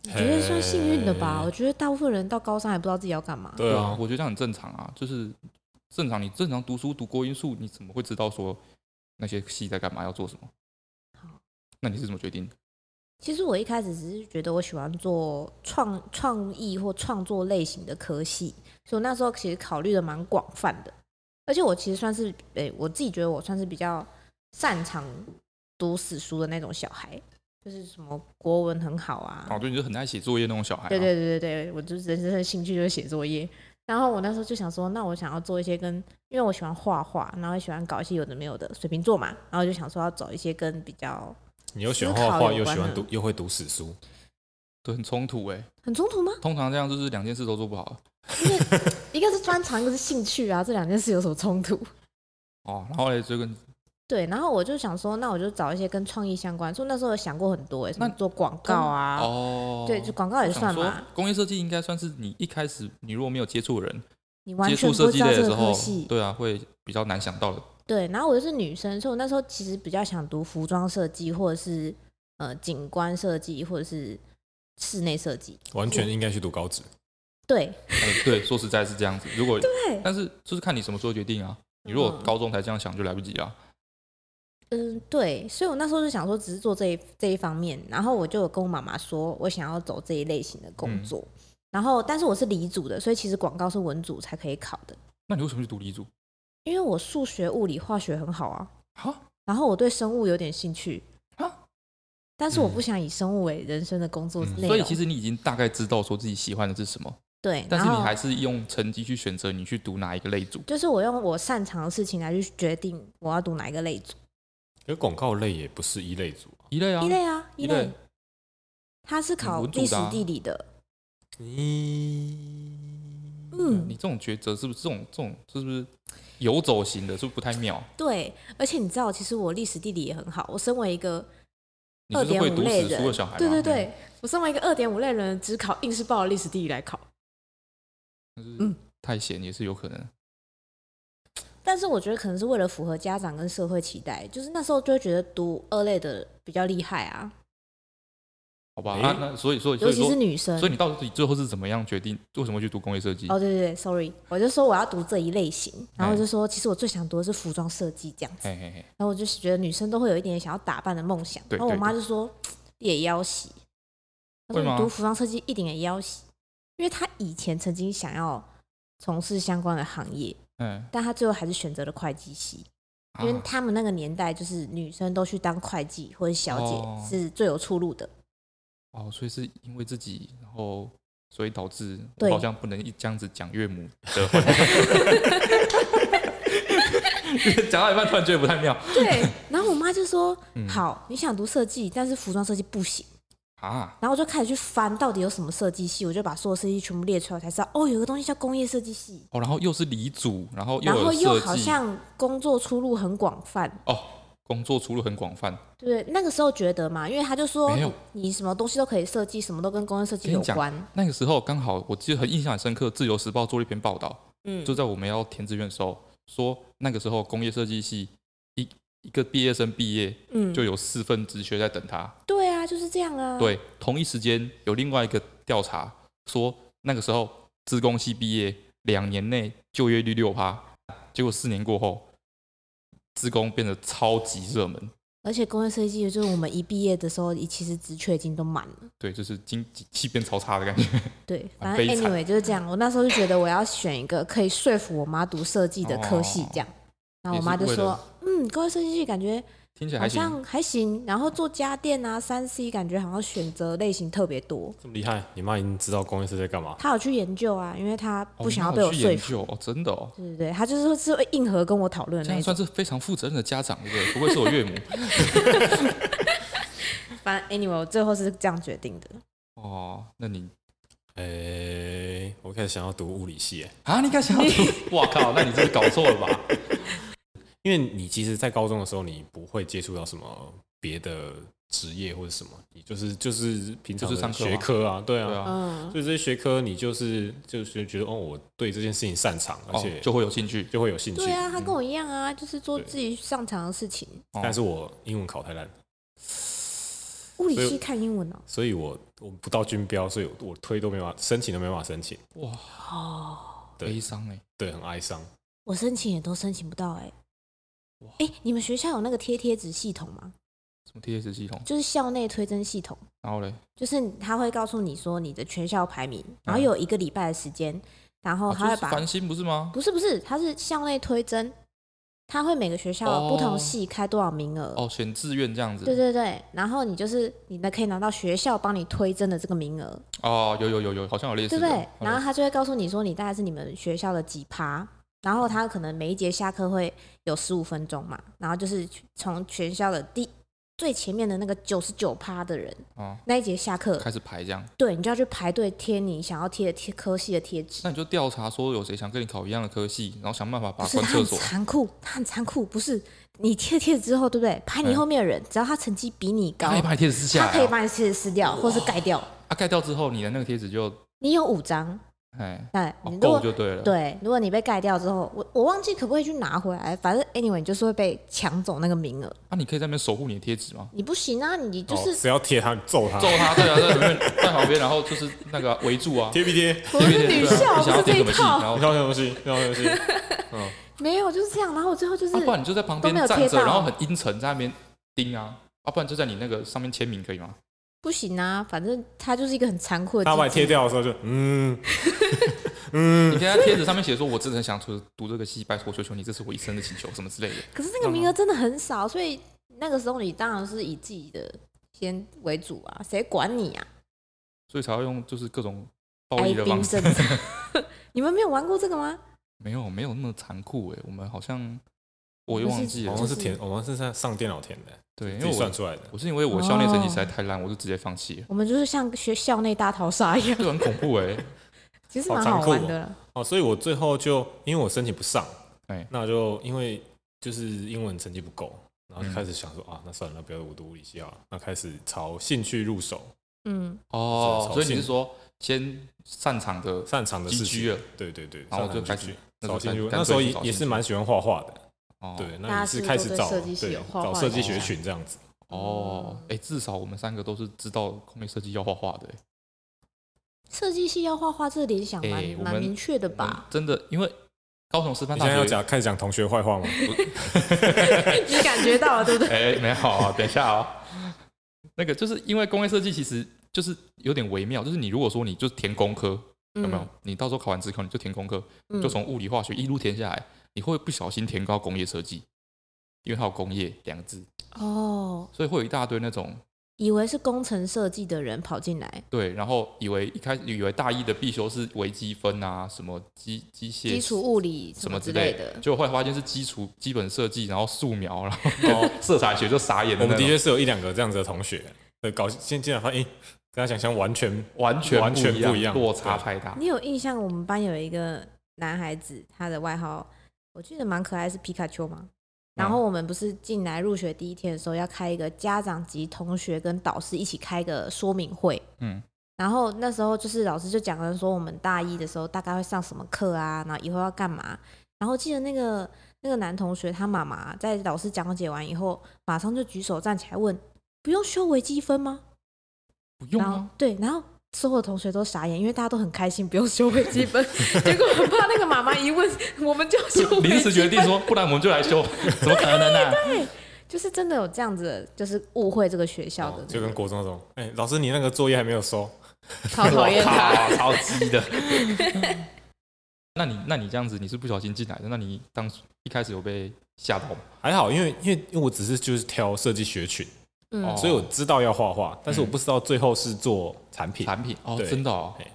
S2: 我觉得算幸运的吧，
S1: 嘿
S2: 我觉得大部分人到高三还不知道自己要干嘛。
S1: 对啊，
S3: 我觉得这样很正常啊，就是正常，你正常读书读国音数，你怎么会知道说那些戏在干嘛，要做什么
S2: 好？
S3: 那你是怎么决定？
S2: 其实我一开始只是觉得我喜欢做创创意或创作类型的科系，所以我那时候其实考虑的蛮广泛的。而且我其实算是，诶、我自己觉得我算是比较擅长读死书的那种小孩，就是什么国文很好啊，
S3: 哦，对，你就很爱写作业那种小孩、啊，
S2: 对对对对对，我就是人生的兴趣就是写作业。然后我那时候就想说，那我想要做一些跟，因为我喜欢画画，然后也喜欢搞一些有的没有的水瓶座嘛，然后我就想说要走一些跟比较
S1: 你又喜欢
S2: 思
S1: 画
S2: 考
S1: 画，
S2: 有
S1: 又
S2: 关
S1: 喜欢
S2: 的
S1: 读，又会读史书，
S3: 对，很冲突哎、
S2: 很冲突吗？
S3: 通常这样就是两件事都做不好
S2: 一个是专长，一个是兴趣啊，这两件事有什么冲突？ [laughs]
S3: 哦。然后嘞，这个
S2: 对，然后我就想说，那我就找一些跟创意相关，所以那时候有想过很多、欸，什么
S3: 那
S2: 做广告啊，
S3: 哦，
S2: 对，就广告也
S3: 我想
S2: 算
S3: 说
S2: 嘛。
S3: 工业设计应该算是你一开始你如果没有接触的人，
S2: 你完
S3: 接
S2: 全
S3: 触
S2: 不
S3: 设
S2: 知
S3: 计
S2: 道
S3: 类
S2: 这
S3: 的时
S2: 个科
S3: 候
S2: 系，，
S3: 对啊，会比较难想到的。
S2: 对，然后我又是女生，所以我那时候其实比较想读服装设计，或者是呃景观设计，或者是室内设计。
S1: 完全应该去读高职。
S2: 对
S3: 呃，对，说实在是这样子。如果
S2: 对，
S3: 但是就是看你什么时候决定啊。你如果
S2: 嗯
S3: 高中才这样想，就来不及啊。
S2: 嗯对，所以我那时候就想说，只是做这一这一方面，然后我就有跟我妈妈说我想要走这一类型的工
S3: 嗯
S2: 作。然后，但是我是理组的，所以其实广告是文组才可以考的，
S3: 那你为什么去读理组？
S2: 因为我数学、物理、化学很好啊，
S3: 啊，
S2: 然后我对生物有点兴趣
S3: 啊，
S2: 但是我
S3: 嗯
S2: 不想以生物为人生的工作内容，
S3: 所以其实你已经大概知道说自己喜欢的是什么，
S2: 对，
S3: 但是
S2: 然
S3: 你
S2: 后
S3: 还是用成绩去选择你去读哪一个类组。
S2: 就是我用我擅长的事情来去决定我要读哪一个类组。
S1: 可是广告类也不是一类组啊，
S3: 一类啊
S2: 一，类啊，
S3: 一
S2: 一
S3: 类
S2: 类。他是考
S3: 文组
S2: 历史
S3: 的啊
S2: 地理的，
S1: 咦，
S2: 嗯
S3: 你，这种抉择是不是这种这种是不是游走型的，是不是不太妙？
S2: 对。而且你知道，其实我历史地理也很好。我身为一个
S3: 你
S2: 二
S3: 就是
S2: 点
S3: 会
S2: 五
S3: 读
S2: 类
S3: 死书
S2: 人
S3: 的小孩，嗯
S2: 对
S3: 嘛
S2: 对，对，我身为一个二点五类人，只考硬是抱历史地理来考。
S3: 嗯就
S2: 嗯
S3: 是太闲也是有可能。
S2: 但是我觉得可能是为了符合家长跟社会期待，就是那时候就会觉得读二类的比较厉害啊，
S3: 好吧，
S1: 诶
S3: 啊，那所以所以所
S2: 尤
S3: 以
S2: 其是
S3: 说，
S2: 女生
S3: 所。以你到底最后是怎么样决定为什么会去读工业设计？
S2: 哦，对对对，sorry，我就说我要读这一类型，然后我
S3: 哎
S2: 就说其实我最想读的是服装设计这样子，
S3: 嘿嘿嘿，
S2: 然后我就是觉得女生都会有一点想要打扮的梦想，
S3: 对
S2: 然后我
S3: 对
S2: 妈
S3: 对
S2: 就说也要洗，她
S3: 会
S2: 说
S3: 吗
S2: 你读服装设计一定也要洗，因为她以前曾经想要从事相关的行业，
S3: 嗯，
S2: 但她最后还是选择了会计系，因为
S3: 啊
S2: 他们那个年代就是女生都去当会计或者小
S3: 哦
S2: 姐是最有出路的，
S3: 哦，所以是因为自己，然后所以导致我
S2: 对
S3: 好像不能一这样子讲岳母的坏话， [laughs] 讲到一半突然觉得不太妙
S2: 对。然后我妈就说：“
S3: 嗯
S2: 好，你想读设计，但是服装设计不行。”
S3: 啊，
S2: 然后我就开始去翻到底有什么设计系，我就把所有设计全部列出来，才知道哦，有一个东西叫工业设计系，
S3: 哦，然后又是离组，然后
S2: 然
S3: 又
S2: 后又
S3: 有
S2: 好
S3: 设计，
S2: 像工作出路很广泛，
S3: 哦，工作出路很广泛，
S2: 对不对？那个时候觉得嘛，因为他就说
S3: 没有
S2: 你什么东西都可以设计，什么都跟工业设计
S3: 跟
S2: 有
S3: 你讲
S2: 关，
S3: 那个时候刚好我记得很印象很深刻，《自由时报》做了一篇报道，
S2: 嗯
S3: 就在我们要填志愿的时候，说那个时候工业设计系一一个毕业生毕业
S2: 嗯，
S3: 就有四份职缺在等他，
S2: 对啊，就是这样啊，
S3: 对，同一时间有另外一个调查说，那个时候自工系毕业两年内就业率六趴，结果四年过后，自工变得超级热门。
S2: 而且工业设计就是我们一毕业的时候，其实职缺已经都满了。
S3: 对，就是经济气变超差的感
S2: [laughs]
S3: 觉。
S2: 对，
S3: 蛮
S2: 反
S3: 悲
S2: 正
S3: 惨
S2: anyway 就是这样。我那时候就觉得我要选一个可以说服我妈读设计的科系，这样。然后我妈就
S3: 哦也是为
S2: 说
S3: 了：“
S2: 嗯，工业设计系感觉
S3: 听起来
S2: 好
S3: 还行，哦
S2: 像还行，然后做家电啊、三 C 感觉好像选择类型特别多。
S1: 这么厉害！你妈已经知道工业是在干嘛，
S2: 她有去研究啊，因为她
S3: 哦
S2: 不想要
S3: 你
S2: 被
S3: 好
S2: 我
S3: 去
S2: 说
S3: 研
S2: 服。
S3: 究哦，真的哦，
S2: 对对对，她就是说是会硬核跟我讨论
S3: 这
S2: 的那
S3: 样
S2: 一
S3: 算
S2: 种。
S3: 是非常负责任的家长，对不对？不愧是我岳
S2: [laughs]
S3: 母
S2: 反正 anyway 我最后是这样决定的。
S3: 哦。那你
S1: 哎、我开始想要读物理系、哎
S3: 啊，你敢想
S2: [laughs]
S3: 要读？哇靠，那你真的搞错了吧？
S2: 嗯
S1: 因为你其实，在高中的时候，你不会接触到什么别的职业或者什么，你就是就是平常
S3: 就是上
S1: 的
S3: 课嘛
S1: 学科啊，对啊，
S3: 对啊，
S2: 嗯，
S1: 所以这些学科你就是就是觉得哦，我对这件事情擅长，而
S3: 哦
S1: 且，
S3: 就会有兴趣。
S1: 就会有兴趣
S2: 对。啊，她跟我一样啊，就是做自己擅长的事情。
S3: 哦
S1: 但是我英文考太烂，
S2: 物理
S1: 所以
S2: 系看英文哦。
S1: 所以我我不到军标，所以我我推都没法申请都没办法申请，
S3: 哇，
S2: 哦。
S1: 对
S3: 悲伤哎，
S1: 对，很哀伤。
S2: 我申请也都申请不到哎、
S3: 哇
S2: 哎、你们学校有那个贴贴纸系统吗？
S3: 什么 TS 系统？
S2: 就是校内推甄系统，
S3: 然后嘞，
S2: 就是他会告诉你说你的全校排名，然后
S3: 嗯
S2: 有一个礼拜的时间，然后
S3: 哦
S2: 他
S3: 就
S2: 会
S3: 是
S2: 把、
S3: 繁星不是吗？
S2: 不是不是，他是校内推甄，他会每个学校不
S3: 哦
S2: 同系开多少名额。
S3: 哦，选志愿这样子。
S2: 对对对，然后你就是你的可以拿到学校帮你推甄的这个名额，
S3: 哦，有有有有，好像有类似
S2: 对
S3: 的。
S2: 不对？
S3: 嗯
S2: 然后他就会告诉你说你大概是你们学校的几趴，然后他可能每一节下课会有十五分钟嘛，然后就是从全校的第最前面的那个九十九趴的人
S3: 哦，
S2: 那一节下课，
S3: 开始排这样，
S2: 对你就要去排队贴你想要贴的贴科系的贴纸。
S3: 那你就调查说有谁想跟你考一样的科系，然后想办法把
S2: 不
S3: 他
S2: 是他
S3: 关厕
S2: 很
S3: 所。
S2: 残酷，他很残酷，不是你贴贴纸之后，对不对？排你
S3: 嗯
S2: 后面的人，只要他成绩比你高
S3: 他可以，把你贴纸撕
S2: 他
S3: 下来、
S2: 可以
S3: 哦，
S2: 把你贴纸撕掉，或是盖掉。
S3: 啊，盖掉之后，你的那个贴纸就
S2: 你有五张，
S3: 哎，
S2: 那
S3: 哦
S2: 你如
S3: 够
S2: 果
S3: 就对了。，
S2: 对，如果你被盖掉之后，我我忘记可不可以去拿回来，反正 anyway 你就是会被抢走那个名额，
S3: 啊，你可以在那边守护你的贴纸吗？
S2: 你不行啊，你就
S1: 哦，
S2: 是、
S1: 只要贴他揍他
S3: 揍，他，对啊，在旁边，在旁边，然后就是那个围住啊，
S1: 贴不贴？
S2: 我
S3: 贴
S2: 是
S3: 贴
S2: 女
S3: 纸对啊
S2: 校，
S3: 你想
S2: 不
S3: 要
S2: 是这
S3: 贴什
S2: 一
S3: 么系，
S2: 套，
S3: 然后
S2: [laughs]
S1: 你。看什么戏？看什么戏？嗯，
S2: 没有就是这样，然后我最后就是、
S3: 啊，不然你就在旁边
S2: 都没有
S3: 站
S2: 贴
S3: 着，
S2: 到
S3: 然后很阴沉在那边盯啊，啊，不然就在你那个上面签名可以吗？
S2: 不行啊，反正它就是一个很残酷的
S1: 他把
S2: 机
S1: 你
S2: 制，
S1: 贴掉的时候就嗯，
S3: 你可以在贴纸上面写说，我真的很想读读这个系，拜托求求你，这是我一生的请求，什么之类的。
S2: 可是那个名额
S3: 嗯
S2: 真的很少，所以那个时候你当然是以自己的先为主啊，谁管你啊？
S3: 所以才会用就是各种暴
S2: 哀
S3: 力的方
S2: 兵
S3: 式。
S2: 政策， [laughs] 你们没有玩过这个吗？
S3: 欸没有没有那么残酷诶，我们好像我也
S2: 不是
S3: 忘记
S1: 我
S3: 了
S1: 们
S2: 就是
S1: 哦填，我们是上上电脑填的，
S3: 对，因
S1: 自
S3: 为
S1: 己算
S3: 我
S1: 出来的。
S3: 我是因为我校内成绩实在太烂，我就直接放弃了，
S2: 我们就是像学校内大逃杀一样，
S3: 这很恐怖哎、
S1: 欸
S2: 其实
S1: 好
S2: 蛮
S1: 残
S2: 好
S1: 酷
S2: 玩
S1: 哦
S2: 的啦。
S1: 哦，所以我最后就因为我申请不上，
S3: 哎
S1: 那就因为就是英文成绩不够，然后就
S3: 嗯
S1: 开始想说、啊，那算了，不要我读物理系好了，那开始朝兴趣入手，
S2: 嗯，
S3: 哦，
S1: 是
S3: 所以你
S1: 扫兴
S3: 是说先擅长的
S1: 擅长的事
S3: 寄居
S1: 情
S3: 了，
S1: 对对对，
S3: 然后就
S1: 擅长
S3: 开
S1: 寄
S3: 始
S1: 居
S3: 那时
S1: 找
S3: 候
S1: 兴
S3: 干
S1: 趣，
S3: 干
S1: 那时候
S3: 脆
S1: 也
S3: 去找
S1: 也是
S3: 兴趣
S1: 蛮喜欢画画的，
S3: 哦
S1: 对，
S2: 大
S1: 那
S2: 家
S1: 也
S2: 是
S1: 是
S2: 不是
S1: 开
S2: 都
S1: 始
S2: 对
S1: 找
S2: 设计系
S1: 对
S2: 有画
S1: 找
S2: 画
S1: 设
S2: 的
S1: 计学
S2: 影响
S1: 群这样子，
S3: 哦，哎、至少我们三个都是知道工业设计要画画的、欸，
S2: 设计系要画画，这个联想蛮
S3: 哎我
S2: 蛮
S3: 们
S2: 明确的
S3: 我们
S2: 吧？
S3: 真的，因为高雄师范
S1: 你
S3: 大
S1: 现在要
S3: 学，
S1: 讲开始讲同学坏话
S3: [laughs]
S1: 吗？
S2: 你感觉到了对不对？
S3: 哎、没有、啊，等一下哦，那个就是因为工业设计其实就是有点微妙，就是你如果说你就是填工科，有没有？你到时候考完职考你就填工科，
S2: 嗯？
S3: 就从物理化学一路填下来，你会不小心填高工业设计，因为它有工业两个字，
S2: 嗯哦，
S3: 所以会有一大堆那种
S2: 以为是工程设计的人跑进来，
S3: 对，然后以为一开始以为大一的必修是微积分啊，什么机机械
S2: 基础物理
S3: 什
S2: 么
S3: 么之
S2: 类
S3: 类
S2: 的。
S3: 结果后来发现是基础基本设计，然后素描，然后色彩学就傻眼了。
S1: 哦我们的确是有一两个这样子的同学，呃，搞现竟然发现，哎、跟他想象完全
S3: 完全
S1: 完全
S3: 不
S1: 不一样
S3: 落差太大。
S2: 你有印象？我们班有一个男孩子，他的外号我记得蛮可爱，是皮卡丘嘛。然后我们不是进来入学第一天的时候，要开一个家长及同学跟导师一起开一个说明会。
S3: 嗯，
S2: 然后那时候就是老师就讲了说，我们大一的时候大概会上什么课啊，然后以后要干嘛。然后记得那个那个男同学他妈妈在老师讲解完以后，马上就举手站起来问：“不用修微积分吗？”
S3: 不用
S2: 然后
S3: 啊，
S2: 对，然后所有同学都傻眼，因为大家都很开心，不用修微积分。 [laughs] 结果很怕那个妈妈一问，我们就要修微积分
S3: 临时决定说，不然我们就
S2: [laughs]
S3: 来修，怎么可能呢、
S2: 就是真的有这样子的，就是误会这个学校的
S1: 哦、
S2: 那
S1: 就
S2: 个、
S1: 跟国中那种，哎、老师你那个作业还没有收，
S2: 超讨厌他。
S3: 哇靠超鸡的。
S2: [laughs]
S3: 那你那你这样子，你是不小心进来的，那你当初一开始有被吓到吗？
S1: 还好，因为因为因为我只是就是挑设计学群，
S2: 嗯，
S3: 哦
S1: 所以我知道要画画，但是我
S3: 嗯
S1: 不知道最后是做产品，
S3: 产品哦，
S1: 对
S3: 真的哦
S1: 嘿，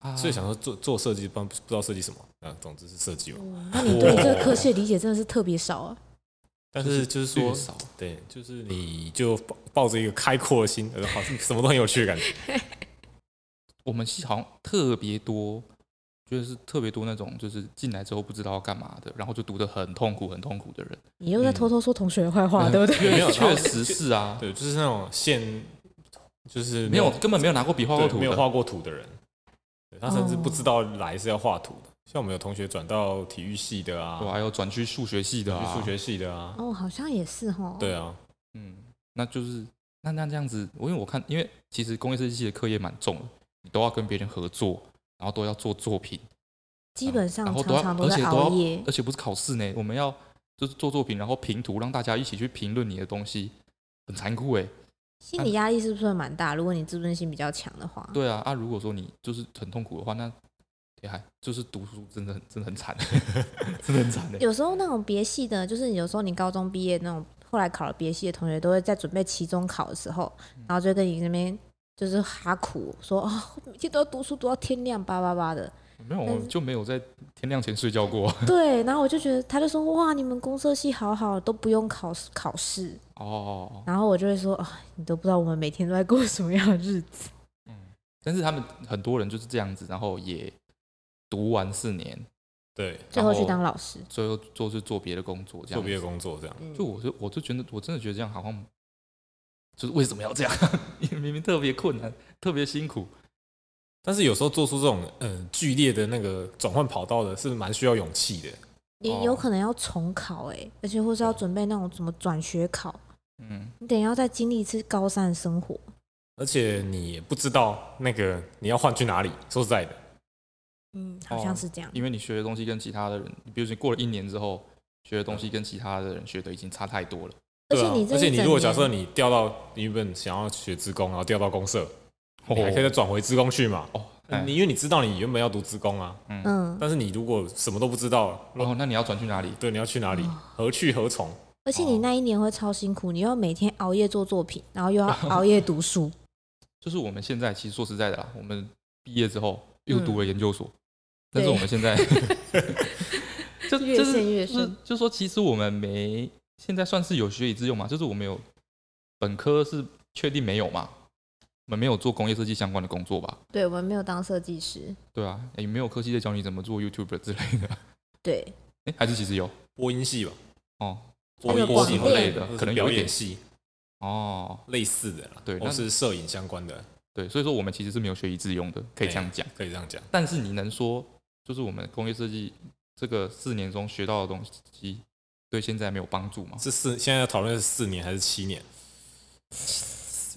S3: 啊
S1: 所以想说做做设计，不然不不知道设计什么，啊，总之是设计嘛。
S2: 哇那你对这个科系的理解真的是特别少啊！
S1: 但是就是
S3: 略
S1: 说，
S3: 少
S1: 对，就是你就抱抱着一个开阔的心，呃好像什么都很有趣的感
S3: [laughs]
S1: 觉。
S3: 我们系好像特别多，就是特别多那种就是进来之后不知道要干嘛的，然后就读得很痛苦、很痛苦的人。
S2: 你又在偷偷说同学的坏话，对不对？
S3: 因为
S1: 没有
S3: 确实是啊，
S1: 对，就是那种线，就是
S3: 没有根本没有拿过笔画
S1: 对
S3: 过图
S1: 没有
S3: 的。
S1: 画过图的人，对他甚至不知道来是要画图的。像我们有同学转到体育系的啊，
S3: 我还有转去数学系的
S1: 转
S3: 哦啊，
S1: 去数，学系的啊，
S2: 哦，好像也是哦。
S1: 对啊，
S3: 嗯，那就是那那这样子，我因为我看，因为其实工业设计系的课业蛮重的，你都要跟别人合作，然后都要做作品，
S2: 基本上
S3: 然后都
S2: 常常
S3: 要，而
S2: 在
S3: 且
S2: 熬
S3: 都
S2: 夜
S3: 要，。而且不是考试呢，我们要就是做作品，然后评图，让大家一起去评论你的东西，很残酷哎。
S2: 心理压力是不是会蛮大？如果你自尊心比较强的话，
S3: 对啊，啊，如果说你就是很痛苦的话，那也还就是读书真的很真的很惨， [laughs] 真的很
S2: [laughs]
S3: 惨的。
S2: 有时候那种别系的，就是有时候你高中毕业那种，后来考了别系的同学，都会在准备期中考的时候，
S3: 嗯
S2: 然后就跟你那边就是哈苦说哦，每天都要读书读到天亮，叭叭叭
S3: [laughs]
S2: 的。
S3: 没有，我
S2: 但是
S3: 就没有在天亮前睡觉过。 [laughs]
S2: 对，然后我就觉得，他就说哇，你们公社系好好，都不用考试考试。
S3: 哦，
S2: 然后我就会说啊，你都不知道我们每天都在过什么样的日子。
S3: 但是他们很多人就是这样子，然后也读完四年，
S1: 对，
S2: 最后去
S3: 然
S2: 当老师，
S3: 最后就是做别的工作，这样
S1: 做
S3: 子
S1: 毕业。工作这样。
S2: 嗯
S3: 就我就我就觉得我真的觉得这样好像就是为什么要这样？ [laughs] 因为明明特别困难，特别辛苦。
S1: 但是有时候做出这种呃剧烈的那个转换跑道的，是蛮需要勇气的。哦
S2: 也有可能要重考哎、而且或是要准备那种什么转学考，
S3: 嗯，
S2: 你等一下要再经历一次高三的生活。
S1: 而且你也不知道那个你要换去哪里。说实在的，
S2: 嗯，好
S1: 哦
S2: 像是这样。
S3: 因为你学的东西跟其他的人，比如说你过了一年之后学的东西跟其他的人学的已经差太多了。
S2: 而
S1: 对
S2: 且
S1: 啊
S2: 你这、
S1: 而且你如果假设你调到你原本想要学职工，然后调到公社，哦你还可以再
S3: 哎
S1: 转回职工去嘛。
S3: 哦，哎
S1: 你因为你知道你原本要读职工啊，
S2: 嗯，
S1: 但是你如果什么都不知道，
S3: 哦，那你要转去哪里？
S1: 对，你要去哪里，
S3: 哦
S1: 何去何从？
S2: 而且
S1: 哦
S2: 你那一年会超辛苦，你又要每天熬夜做作品，然后
S1: [laughs]
S2: 又要熬夜读书。
S3: 就是我们现在其实说实在的啦，我
S2: [laughs]
S3: 们毕业之后又读了研究所，但
S2: 嗯
S3: 是
S2: 对
S3: 我们现在就就
S2: 越
S3: 就是
S2: 陷越
S3: 就是
S2: 深
S3: 就说其实我们没现在算是有学以致用嘛，就是我们有本科是确定没有嘛，我们没有做工业设计相关的工作吧？
S2: 对我们没有当设计师，
S3: 对啊，也没有科系在教你怎么做 YouTube 之类的， [laughs]
S2: 对，
S3: 哎，还是其实有
S1: 播音系吧，
S3: 哦
S1: 播
S2: 那
S1: 音
S2: 个广
S1: 系
S2: 电
S3: 类的可能有
S1: 表
S3: 一点
S1: 演系
S3: 哦，
S1: 类似的啦，
S3: 对
S1: 或
S3: 那
S1: 是摄影相关的，
S3: 对，所以说我们其实是没有学以致用的，可以这样讲。
S1: 可以这样讲。
S3: 但是你能说，就是我们工业设计这个四年中学到的东西，对现在没有帮助吗？
S1: 是四，现在要讨论是四年还是七年？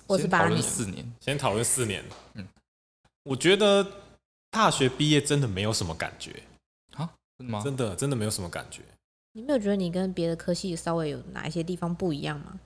S2: 我是
S3: 先
S2: 八
S3: 讨
S2: 年
S3: 论，四年，
S1: 先讨论四年。
S3: 嗯，
S1: 我觉得大学毕业真的没有什么感觉，
S3: 真的吗？
S1: 真的真的没有什么感觉。
S2: 你没有觉得你跟别的科系稍微有哪一些地方不一样吗？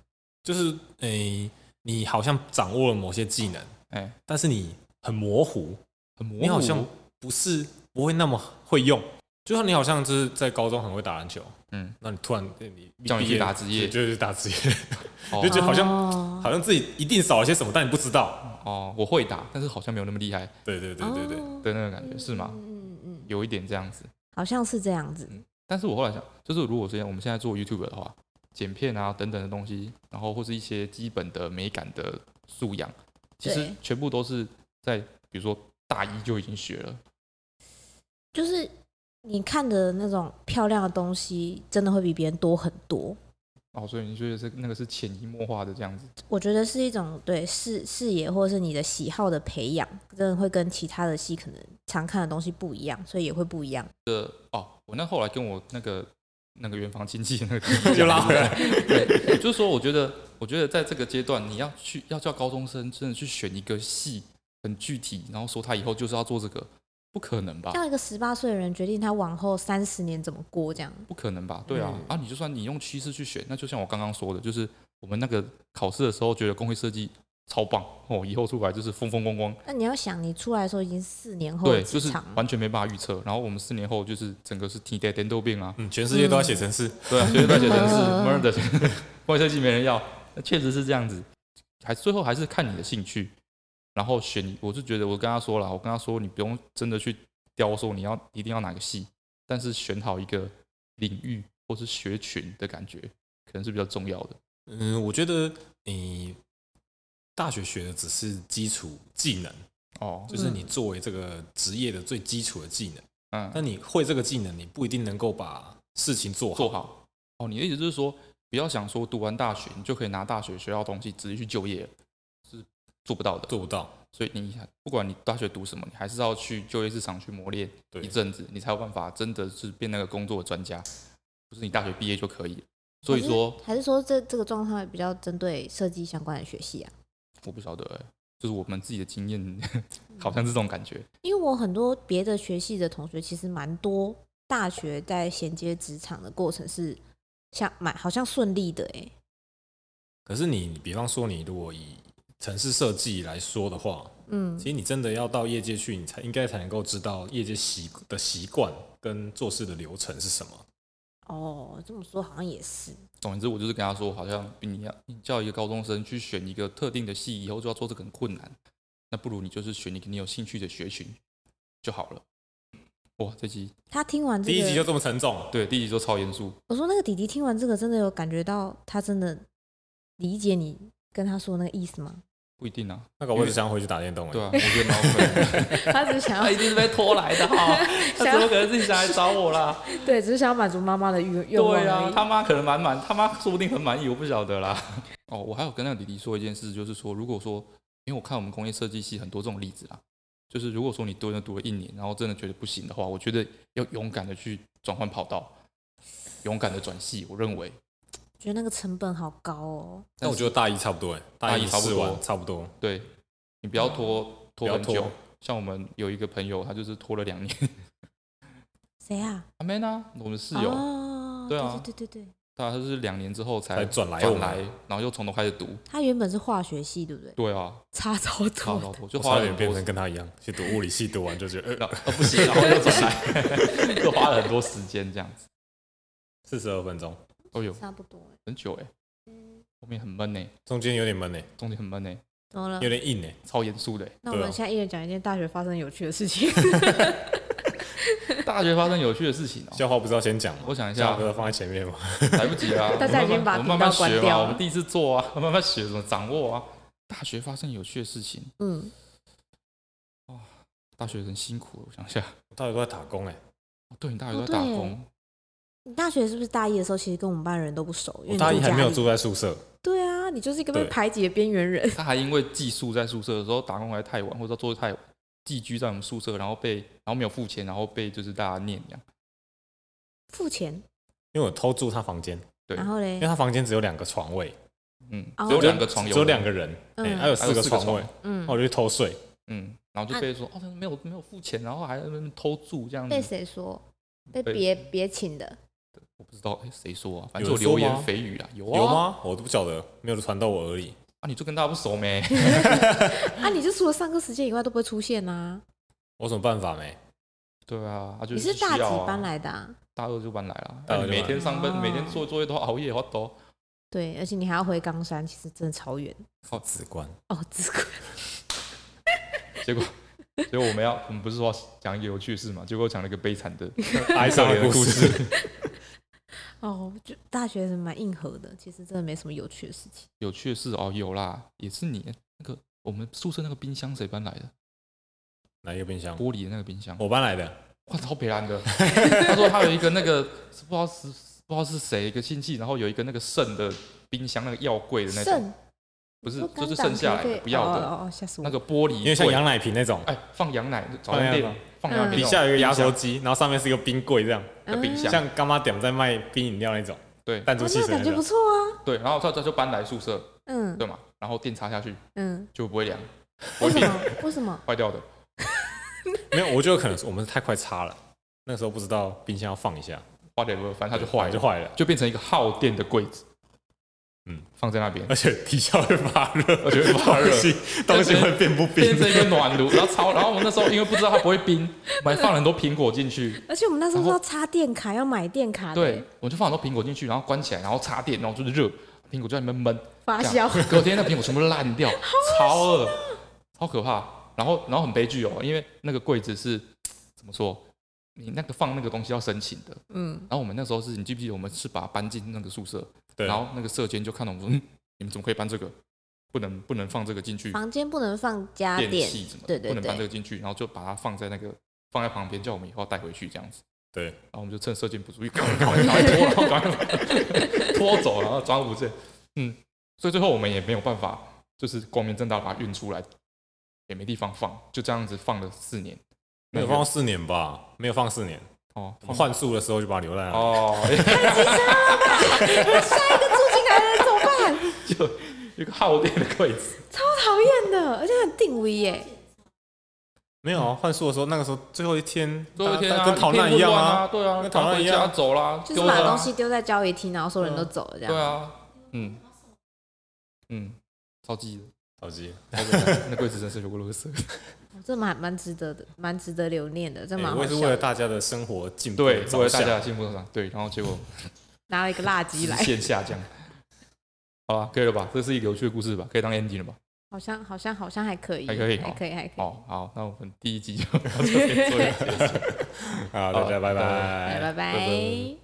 S1: 就是诶、你好像掌握了某些技能，
S3: 哎、
S1: 但是你很模糊，
S3: 很模糊。
S1: 你好像不是不会那么会用。就像你好像就是在高中很会打篮球，
S3: 嗯，
S1: 那你突然你
S3: 叫你去
S1: 毕业
S3: 打职业
S1: 就就是打职业， [laughs]
S3: 哦
S1: 就觉得好像
S2: 哦
S1: 好像自己一定少了些什么，但你不知道。
S3: 哦，我会打，但是好像没有那么厉害
S1: 对对对对对，
S2: 哦
S3: 的那个感觉，是吗？
S2: 嗯嗯嗯，
S3: 有一点这样子。
S2: 好像是这样子，
S3: 但是我后来想，就是如果说我们现在做 YouTube 的话，剪片啊等等的东西，然后或是一些基本的美感的素养，其实
S2: 对
S3: 全部都是在比如说大一就已经学了。
S2: 就是你看的那种漂亮的东西，真的会比别人多很多。
S3: 哦，所以你觉得是那个是潜移默化的这样子？
S2: 我觉得是一种对视视野或者是你的喜好的培养，真的会跟其他的戏可能常看的东西不一样，所以也会不一样。
S3: 呃，哦，我那后来跟我那个那个远房亲戚那个
S1: 又拉回来。
S3: 对，就是说，我觉得，我觉得在这个阶段，你要去要叫高中生真的去选一个系，很具体，然后说他以后就是要做这个，不可能吧？
S2: 让一个十八岁的人决定他往后三十年怎么过，这样
S3: 不可能吧？对啊，
S1: 嗯
S3: 啊，你就算你用趋势去选，那就像我刚刚说的，就是我们那个考试的时候觉得工会设计超棒哦，以后出来就是风风光光，
S2: 那你要想，你出来的时候已经四年后的
S3: 对，就
S2: 职
S3: 是
S2: 场，
S3: 完全没办法预测。然后我们四年后就是整个是提带颠豆病啊，
S1: 嗯，全世界都要写程式，
S3: 对啊，学生大学生是
S2: 嗯
S3: murder，外设计没人要，那确实是这样子。还最后还是看你的兴趣，然后选你。我是觉得我跟他说了，我跟他说你不用真的去雕说你要一定要哪个系，但是选好一个领域或是学群的感觉，可能是比较重要的。
S1: 嗯，我觉得你大学学的只是基础技能，
S3: 哦，
S1: 就是你作为这个职业的最基础的技能。
S3: 嗯，
S1: 但你会这个技能，你不一定能够把事情做好。
S3: 做好。哦，你的意思就是说，不要想说读完大学你就可以拿大学学到的东西直接去就业了，是做不到的。
S1: 做不到，
S3: 所以你不管你大学读什么，你还是要去就业市场去磨练
S1: 对
S3: 一阵子，你才有办法真的是变那个工作的专家，不是你大学毕业就可以了。所以说，
S2: 还是说这这个状态比较针对设计相关的学系啊？
S3: 我不晓得、欸，就是我们自己的经验， [laughs] 好像是这种感觉。
S2: 因为我很多别的学系的同学，其实蛮多大学在衔接职场的过程是像蛮好像顺利的哎、
S1: 可是你比方说，你如果以城市设计来说的话，
S2: 嗯
S1: 其，实你真的要到业界去，你才应该才能够知道业界习的习惯跟做事的流程是什么。
S2: 哦，这么说好像也是，
S3: 总之，我就是跟他说，好像你要你叫一个高中生去选一个特定的系，以后就要做这个很困难，那不如你就是选一个你有兴趣的学群就好了。哇，这集
S2: 他听完
S1: 第一
S2: 这
S1: 集就
S2: 个，
S1: 这么沉重，
S3: 对第一集就超严肃，
S2: 我说那个弟弟听完这个，真的有感觉到他真的理解你跟他说那个意思吗？
S3: 不一定啊，
S1: 那个我只想回去打电动
S3: 对
S1: 了。
S3: 啊，我觉得蛮有可能的。
S2: 他只是想 [laughs]
S3: 他
S2: 要
S3: 一定是被拖来的哈、他怎么可能自己想来找我啦？
S2: 对，只是想要满足妈妈的愿愿望
S3: 对啊
S2: 而，已
S3: 他妈可能满满，他妈说不定很满意，我不晓得啦。 [laughs] 哦，我还有跟那个弟弟说一件事，就是说，如果说，因为我看我们工业设计系很多这种例子啦，就是如果说你多人读了一年，然后真的觉得不行的话，我觉得要勇敢的去转换跑道，勇敢的转系，我认为
S2: 觉得那个成本好高哦。
S1: 但我觉得大一差不多、欸，
S3: 大一
S1: 一
S3: 差不
S1: 试
S3: 多
S1: 完差不多。
S3: 对你不要拖拖很
S1: 哦不要
S3: 久
S1: 拖。
S3: 像我们有一个朋友，他就是拖了两年， [laughs]
S2: 谁啊？
S3: 阿 Man 啊，我们室友，
S2: 哦，
S3: 对啊
S2: 对对对对，
S3: 他就是两年之后才
S1: 才转来我
S3: 转
S1: 们
S3: 来，然后又从头开始读。
S2: 他原本是化学系，对不对？
S3: 对啊，
S2: 差超多
S3: 超超
S2: 的，
S3: 多，就
S1: 我
S3: 花
S1: 差
S3: 了
S1: 点
S3: 很
S1: 变
S3: 多
S1: 成跟他一
S3: [laughs]
S1: 样，去读物理系，读完就觉得
S3: 那
S1: [laughs]
S3: 呃
S2: [laughs]
S3: 不行，然后又转来，又花了很多时间这样子。
S1: 四十二分钟，
S3: 哦
S2: [laughs]
S3: 呦，
S2: 差不多欸。
S3: 很久哎，
S2: 嗯，
S3: 后面很闷呢，
S1: 中间有点闷呢、欸
S3: 中间很闷呢，
S2: 怎么了
S1: 有？点硬呢、
S3: 超严肃的欸。
S2: 那我们
S1: 对啊 [laughs]
S2: 现在一人讲一件大学发生有趣的事情。
S3: 大学发生有趣的事情哦、
S1: 笑话不是要先讲吗？
S3: 我想一下
S1: 笑话不是放在前面 [laughs] 吗？
S3: 来不及啦、
S2: [laughs] 大家已经把
S3: 我们慢
S2: 频
S3: 慢
S2: 道关
S3: 学
S2: 掉
S3: 嘛，
S2: 了
S3: 我们第一次做啊，慢慢学怎么掌握啊。大学发生有趣的事情，
S2: 嗯，
S3: 大学很辛苦，我想一下，
S1: 我大学都在打工哎、
S3: 对你大学都
S2: 哦
S3: 在打
S2: 对耶
S3: 工，
S2: 你大学是不是大一的时候其实跟我们班人都不熟？因为
S1: 我
S2: 你
S1: 大一
S2: 住
S1: 还
S2: 家
S1: 没有
S2: 里
S1: 住在宿舍，
S2: 对啊，你就是一个被
S1: 对
S2: 排挤的边缘人。
S3: 他还因为寄宿在宿舍的时候打工来太晚，或者做的太晚，寄居在我们宿舍，然后被然后没有付钱，然后被就是大家念这样。
S2: 付钱，
S1: 因为我偷住他房间，
S3: 对
S2: 然后嘞
S1: 因为，他房间只有两个床位，
S3: 嗯，
S2: 哦
S3: 只有两个床有，
S1: 只有两个，人，
S2: 嗯
S1: 哎，还有
S3: 还
S1: 四
S3: 有
S1: 个
S3: 四个
S1: 床位，
S2: 嗯
S1: 那我，就去偷睡。
S3: 嗯，然后就
S2: 啊
S3: 被说哦，没有没有付钱，然后还在那边偷住这样
S2: 被
S3: 子。
S2: 谁说？被
S3: 嗯被
S2: 别别请的，
S3: 我不知道哎谁说啊，反
S1: 有
S3: 正就
S1: 人说
S3: 流言
S1: 吗
S3: 蜚语啦，有啊，
S1: 有吗？我都不晓得，没有传到我耳里。
S3: 啊，你就跟大家不熟没？ [laughs]
S2: 啊，你就除了上课时间以外都不会出现啊呐、
S1: 我有什么办法没？
S3: 对啊，他就
S2: 你是大
S3: 需要
S2: 几
S3: 啊
S2: 班？来的、啊？
S3: 大二就搬来了，
S1: 大
S3: 那
S1: 二
S3: 你
S1: 就搬
S3: 每天上班，
S2: 哦
S3: 每天做作业都熬夜，我都
S2: 对，而且你还要回冈山，其实真的超远
S3: 靠
S1: 子关，
S2: 哦。只怪 [laughs]
S3: 结果，结果我们要，我们不是说讲一个有趣的事嘛？结果讲了一个悲惨
S1: [laughs]
S3: 的
S1: 哀伤的故事。
S3: [laughs]
S2: 哦，就大学是蛮硬核的，其实真的没什么有趣的事情。
S3: 有趣的事哦，有啦，也是你那个我们宿舍那个冰箱谁搬来的？
S1: 哪一个冰箱？
S3: 玻璃的那个冰箱，
S1: 我搬来的，
S3: 哇，超北蓝的。 [laughs] 他说他有一个那个不知道是不知道是谁一个亲戚，然后有一个那个剩的冰箱，那个药柜的那种，
S2: 剩
S3: 不是
S2: 说
S3: 就
S2: 肝
S3: 是
S2: 胆
S3: 剩下来
S2: 脾肺
S3: 的不要的
S2: 哦哦哦，吓死我！
S3: 那个玻璃
S1: 因为像
S3: 柜
S1: 羊奶瓶那种，
S3: 哎放羊奶早餐
S1: 放羊
S3: 店
S1: 奶
S3: 放羊
S2: 嗯
S3: 奶
S1: 底下有一个压缩机，然后上面是一个冰柜，这样
S3: 的冰箱，
S1: 像干妈点在卖冰饮料那种，
S3: 对
S1: 弹珠
S2: 哦
S1: 汽
S2: 那
S1: 水
S2: 感
S1: 那
S2: 觉不
S1: 种。
S2: 错啊。
S3: 对，然后他他就搬来宿舍
S2: 嗯
S3: 对嘛，然后电插下去
S2: 嗯，
S3: 就不会凉，
S2: 为什么？为什么？
S3: 坏掉的。
S1: 没有，我觉得可能是我们太快插了，那时候不知道冰箱要放一下，
S3: 花点反正它就坏
S1: 就
S3: 了，
S1: 坏了，
S3: 就变成一个耗电的柜子，
S1: 嗯，
S3: 放在那边
S1: 而，且底下会发热，
S3: 而且会发热
S1: 东，西东西会 [laughs] 变不
S3: 变
S1: 冰。
S3: 成一个暖炉，然后超，然后我们那时候因为不知道它不会冰，我们还放了很多苹果进去，
S2: [laughs] 而且我们那时候
S3: 然
S2: 是
S3: 后
S2: 要插电卡，要买电卡的，
S3: 对，我就放很多苹果进去，然后关起来，然后插电，然后就是热，苹果就在里面闷，
S2: 发
S3: 这
S2: 酵
S3: 样。隔天那苹果全部烂
S2: [laughs]
S3: 掉，超恶，超可怕。然后，然后很悲剧哦，因为那个柜子是怎么说？你那个放那个东西要申请的，
S2: 嗯，
S3: 然后我们那时候是你记不记得我们是把它搬进那个宿舍，
S1: 对
S3: 然后那个社监就看到我们说，嗯，你们怎么可以搬这个？不能不能放这个进去，
S2: 房间不能放家电，
S3: 器什么的，
S2: 对对
S3: 不能搬
S2: 对
S3: 这个进去，然后就把它放在那个放在旁边，叫我们以后要带回去这样子。
S1: 对
S3: 然后我们就趁射箭不注意，赶快赶快拖，然后赶快拖走，然后装无罪。嗯，所以最后我们也没有办法，就是光明正大地把它运出来，也没地方放，就这样子放了四年。
S1: 没有
S3: 那个
S1: 放四年吧？没有放四年，
S3: 哦，放
S1: 换宿的时候就把它留在那里。
S3: 哦，
S2: 下一个住进来的人怎么办？
S3: [laughs] 就一个耗电的柜子。
S2: 超讨厌的，而且很定位耶。
S1: 没有啊，换宿的时候，那个时候最后一天，
S3: 最后一天
S1: [laughs] 大
S3: 啊，
S1: 家跟逃难一样
S3: 一片混乱
S1: 啊
S3: 啊，。对啊，
S1: 跟逃难一样
S3: 赶快回家走啦，
S2: 就是
S3: 丢了
S2: 把
S3: 啊
S2: 东西丢在交易厅，然后所有人都走了这样。
S3: 对啊，嗯嗯，超级的。
S1: 手机，
S3: 超可怕那柜子真是有个垃圾。
S2: 哦这蛮蛮值得的，蛮值得留念的，这蛮
S1: 哎我
S2: 好
S1: 也是
S2: 笑
S1: 为了
S2: 的。
S1: 大家的生活进步
S3: 对，为
S1: 着
S3: 了大家
S1: 想
S3: 的。幸福着想，对，然后结果
S2: 拿了一个辣鸡
S3: 直
S2: 来，
S3: 线下降。好吧，可以了吧？这是一个有趣的故事吧？可以当 ending 了吧？
S2: 好像好像好像还可以，
S3: 还可以哦
S2: 还可以，还可以。
S3: 哦，好，那我们第一集就到这边做一个结束。
S1: 好，大家拜
S3: 好拜
S1: 拜
S2: 哎，拜拜
S3: 拜拜。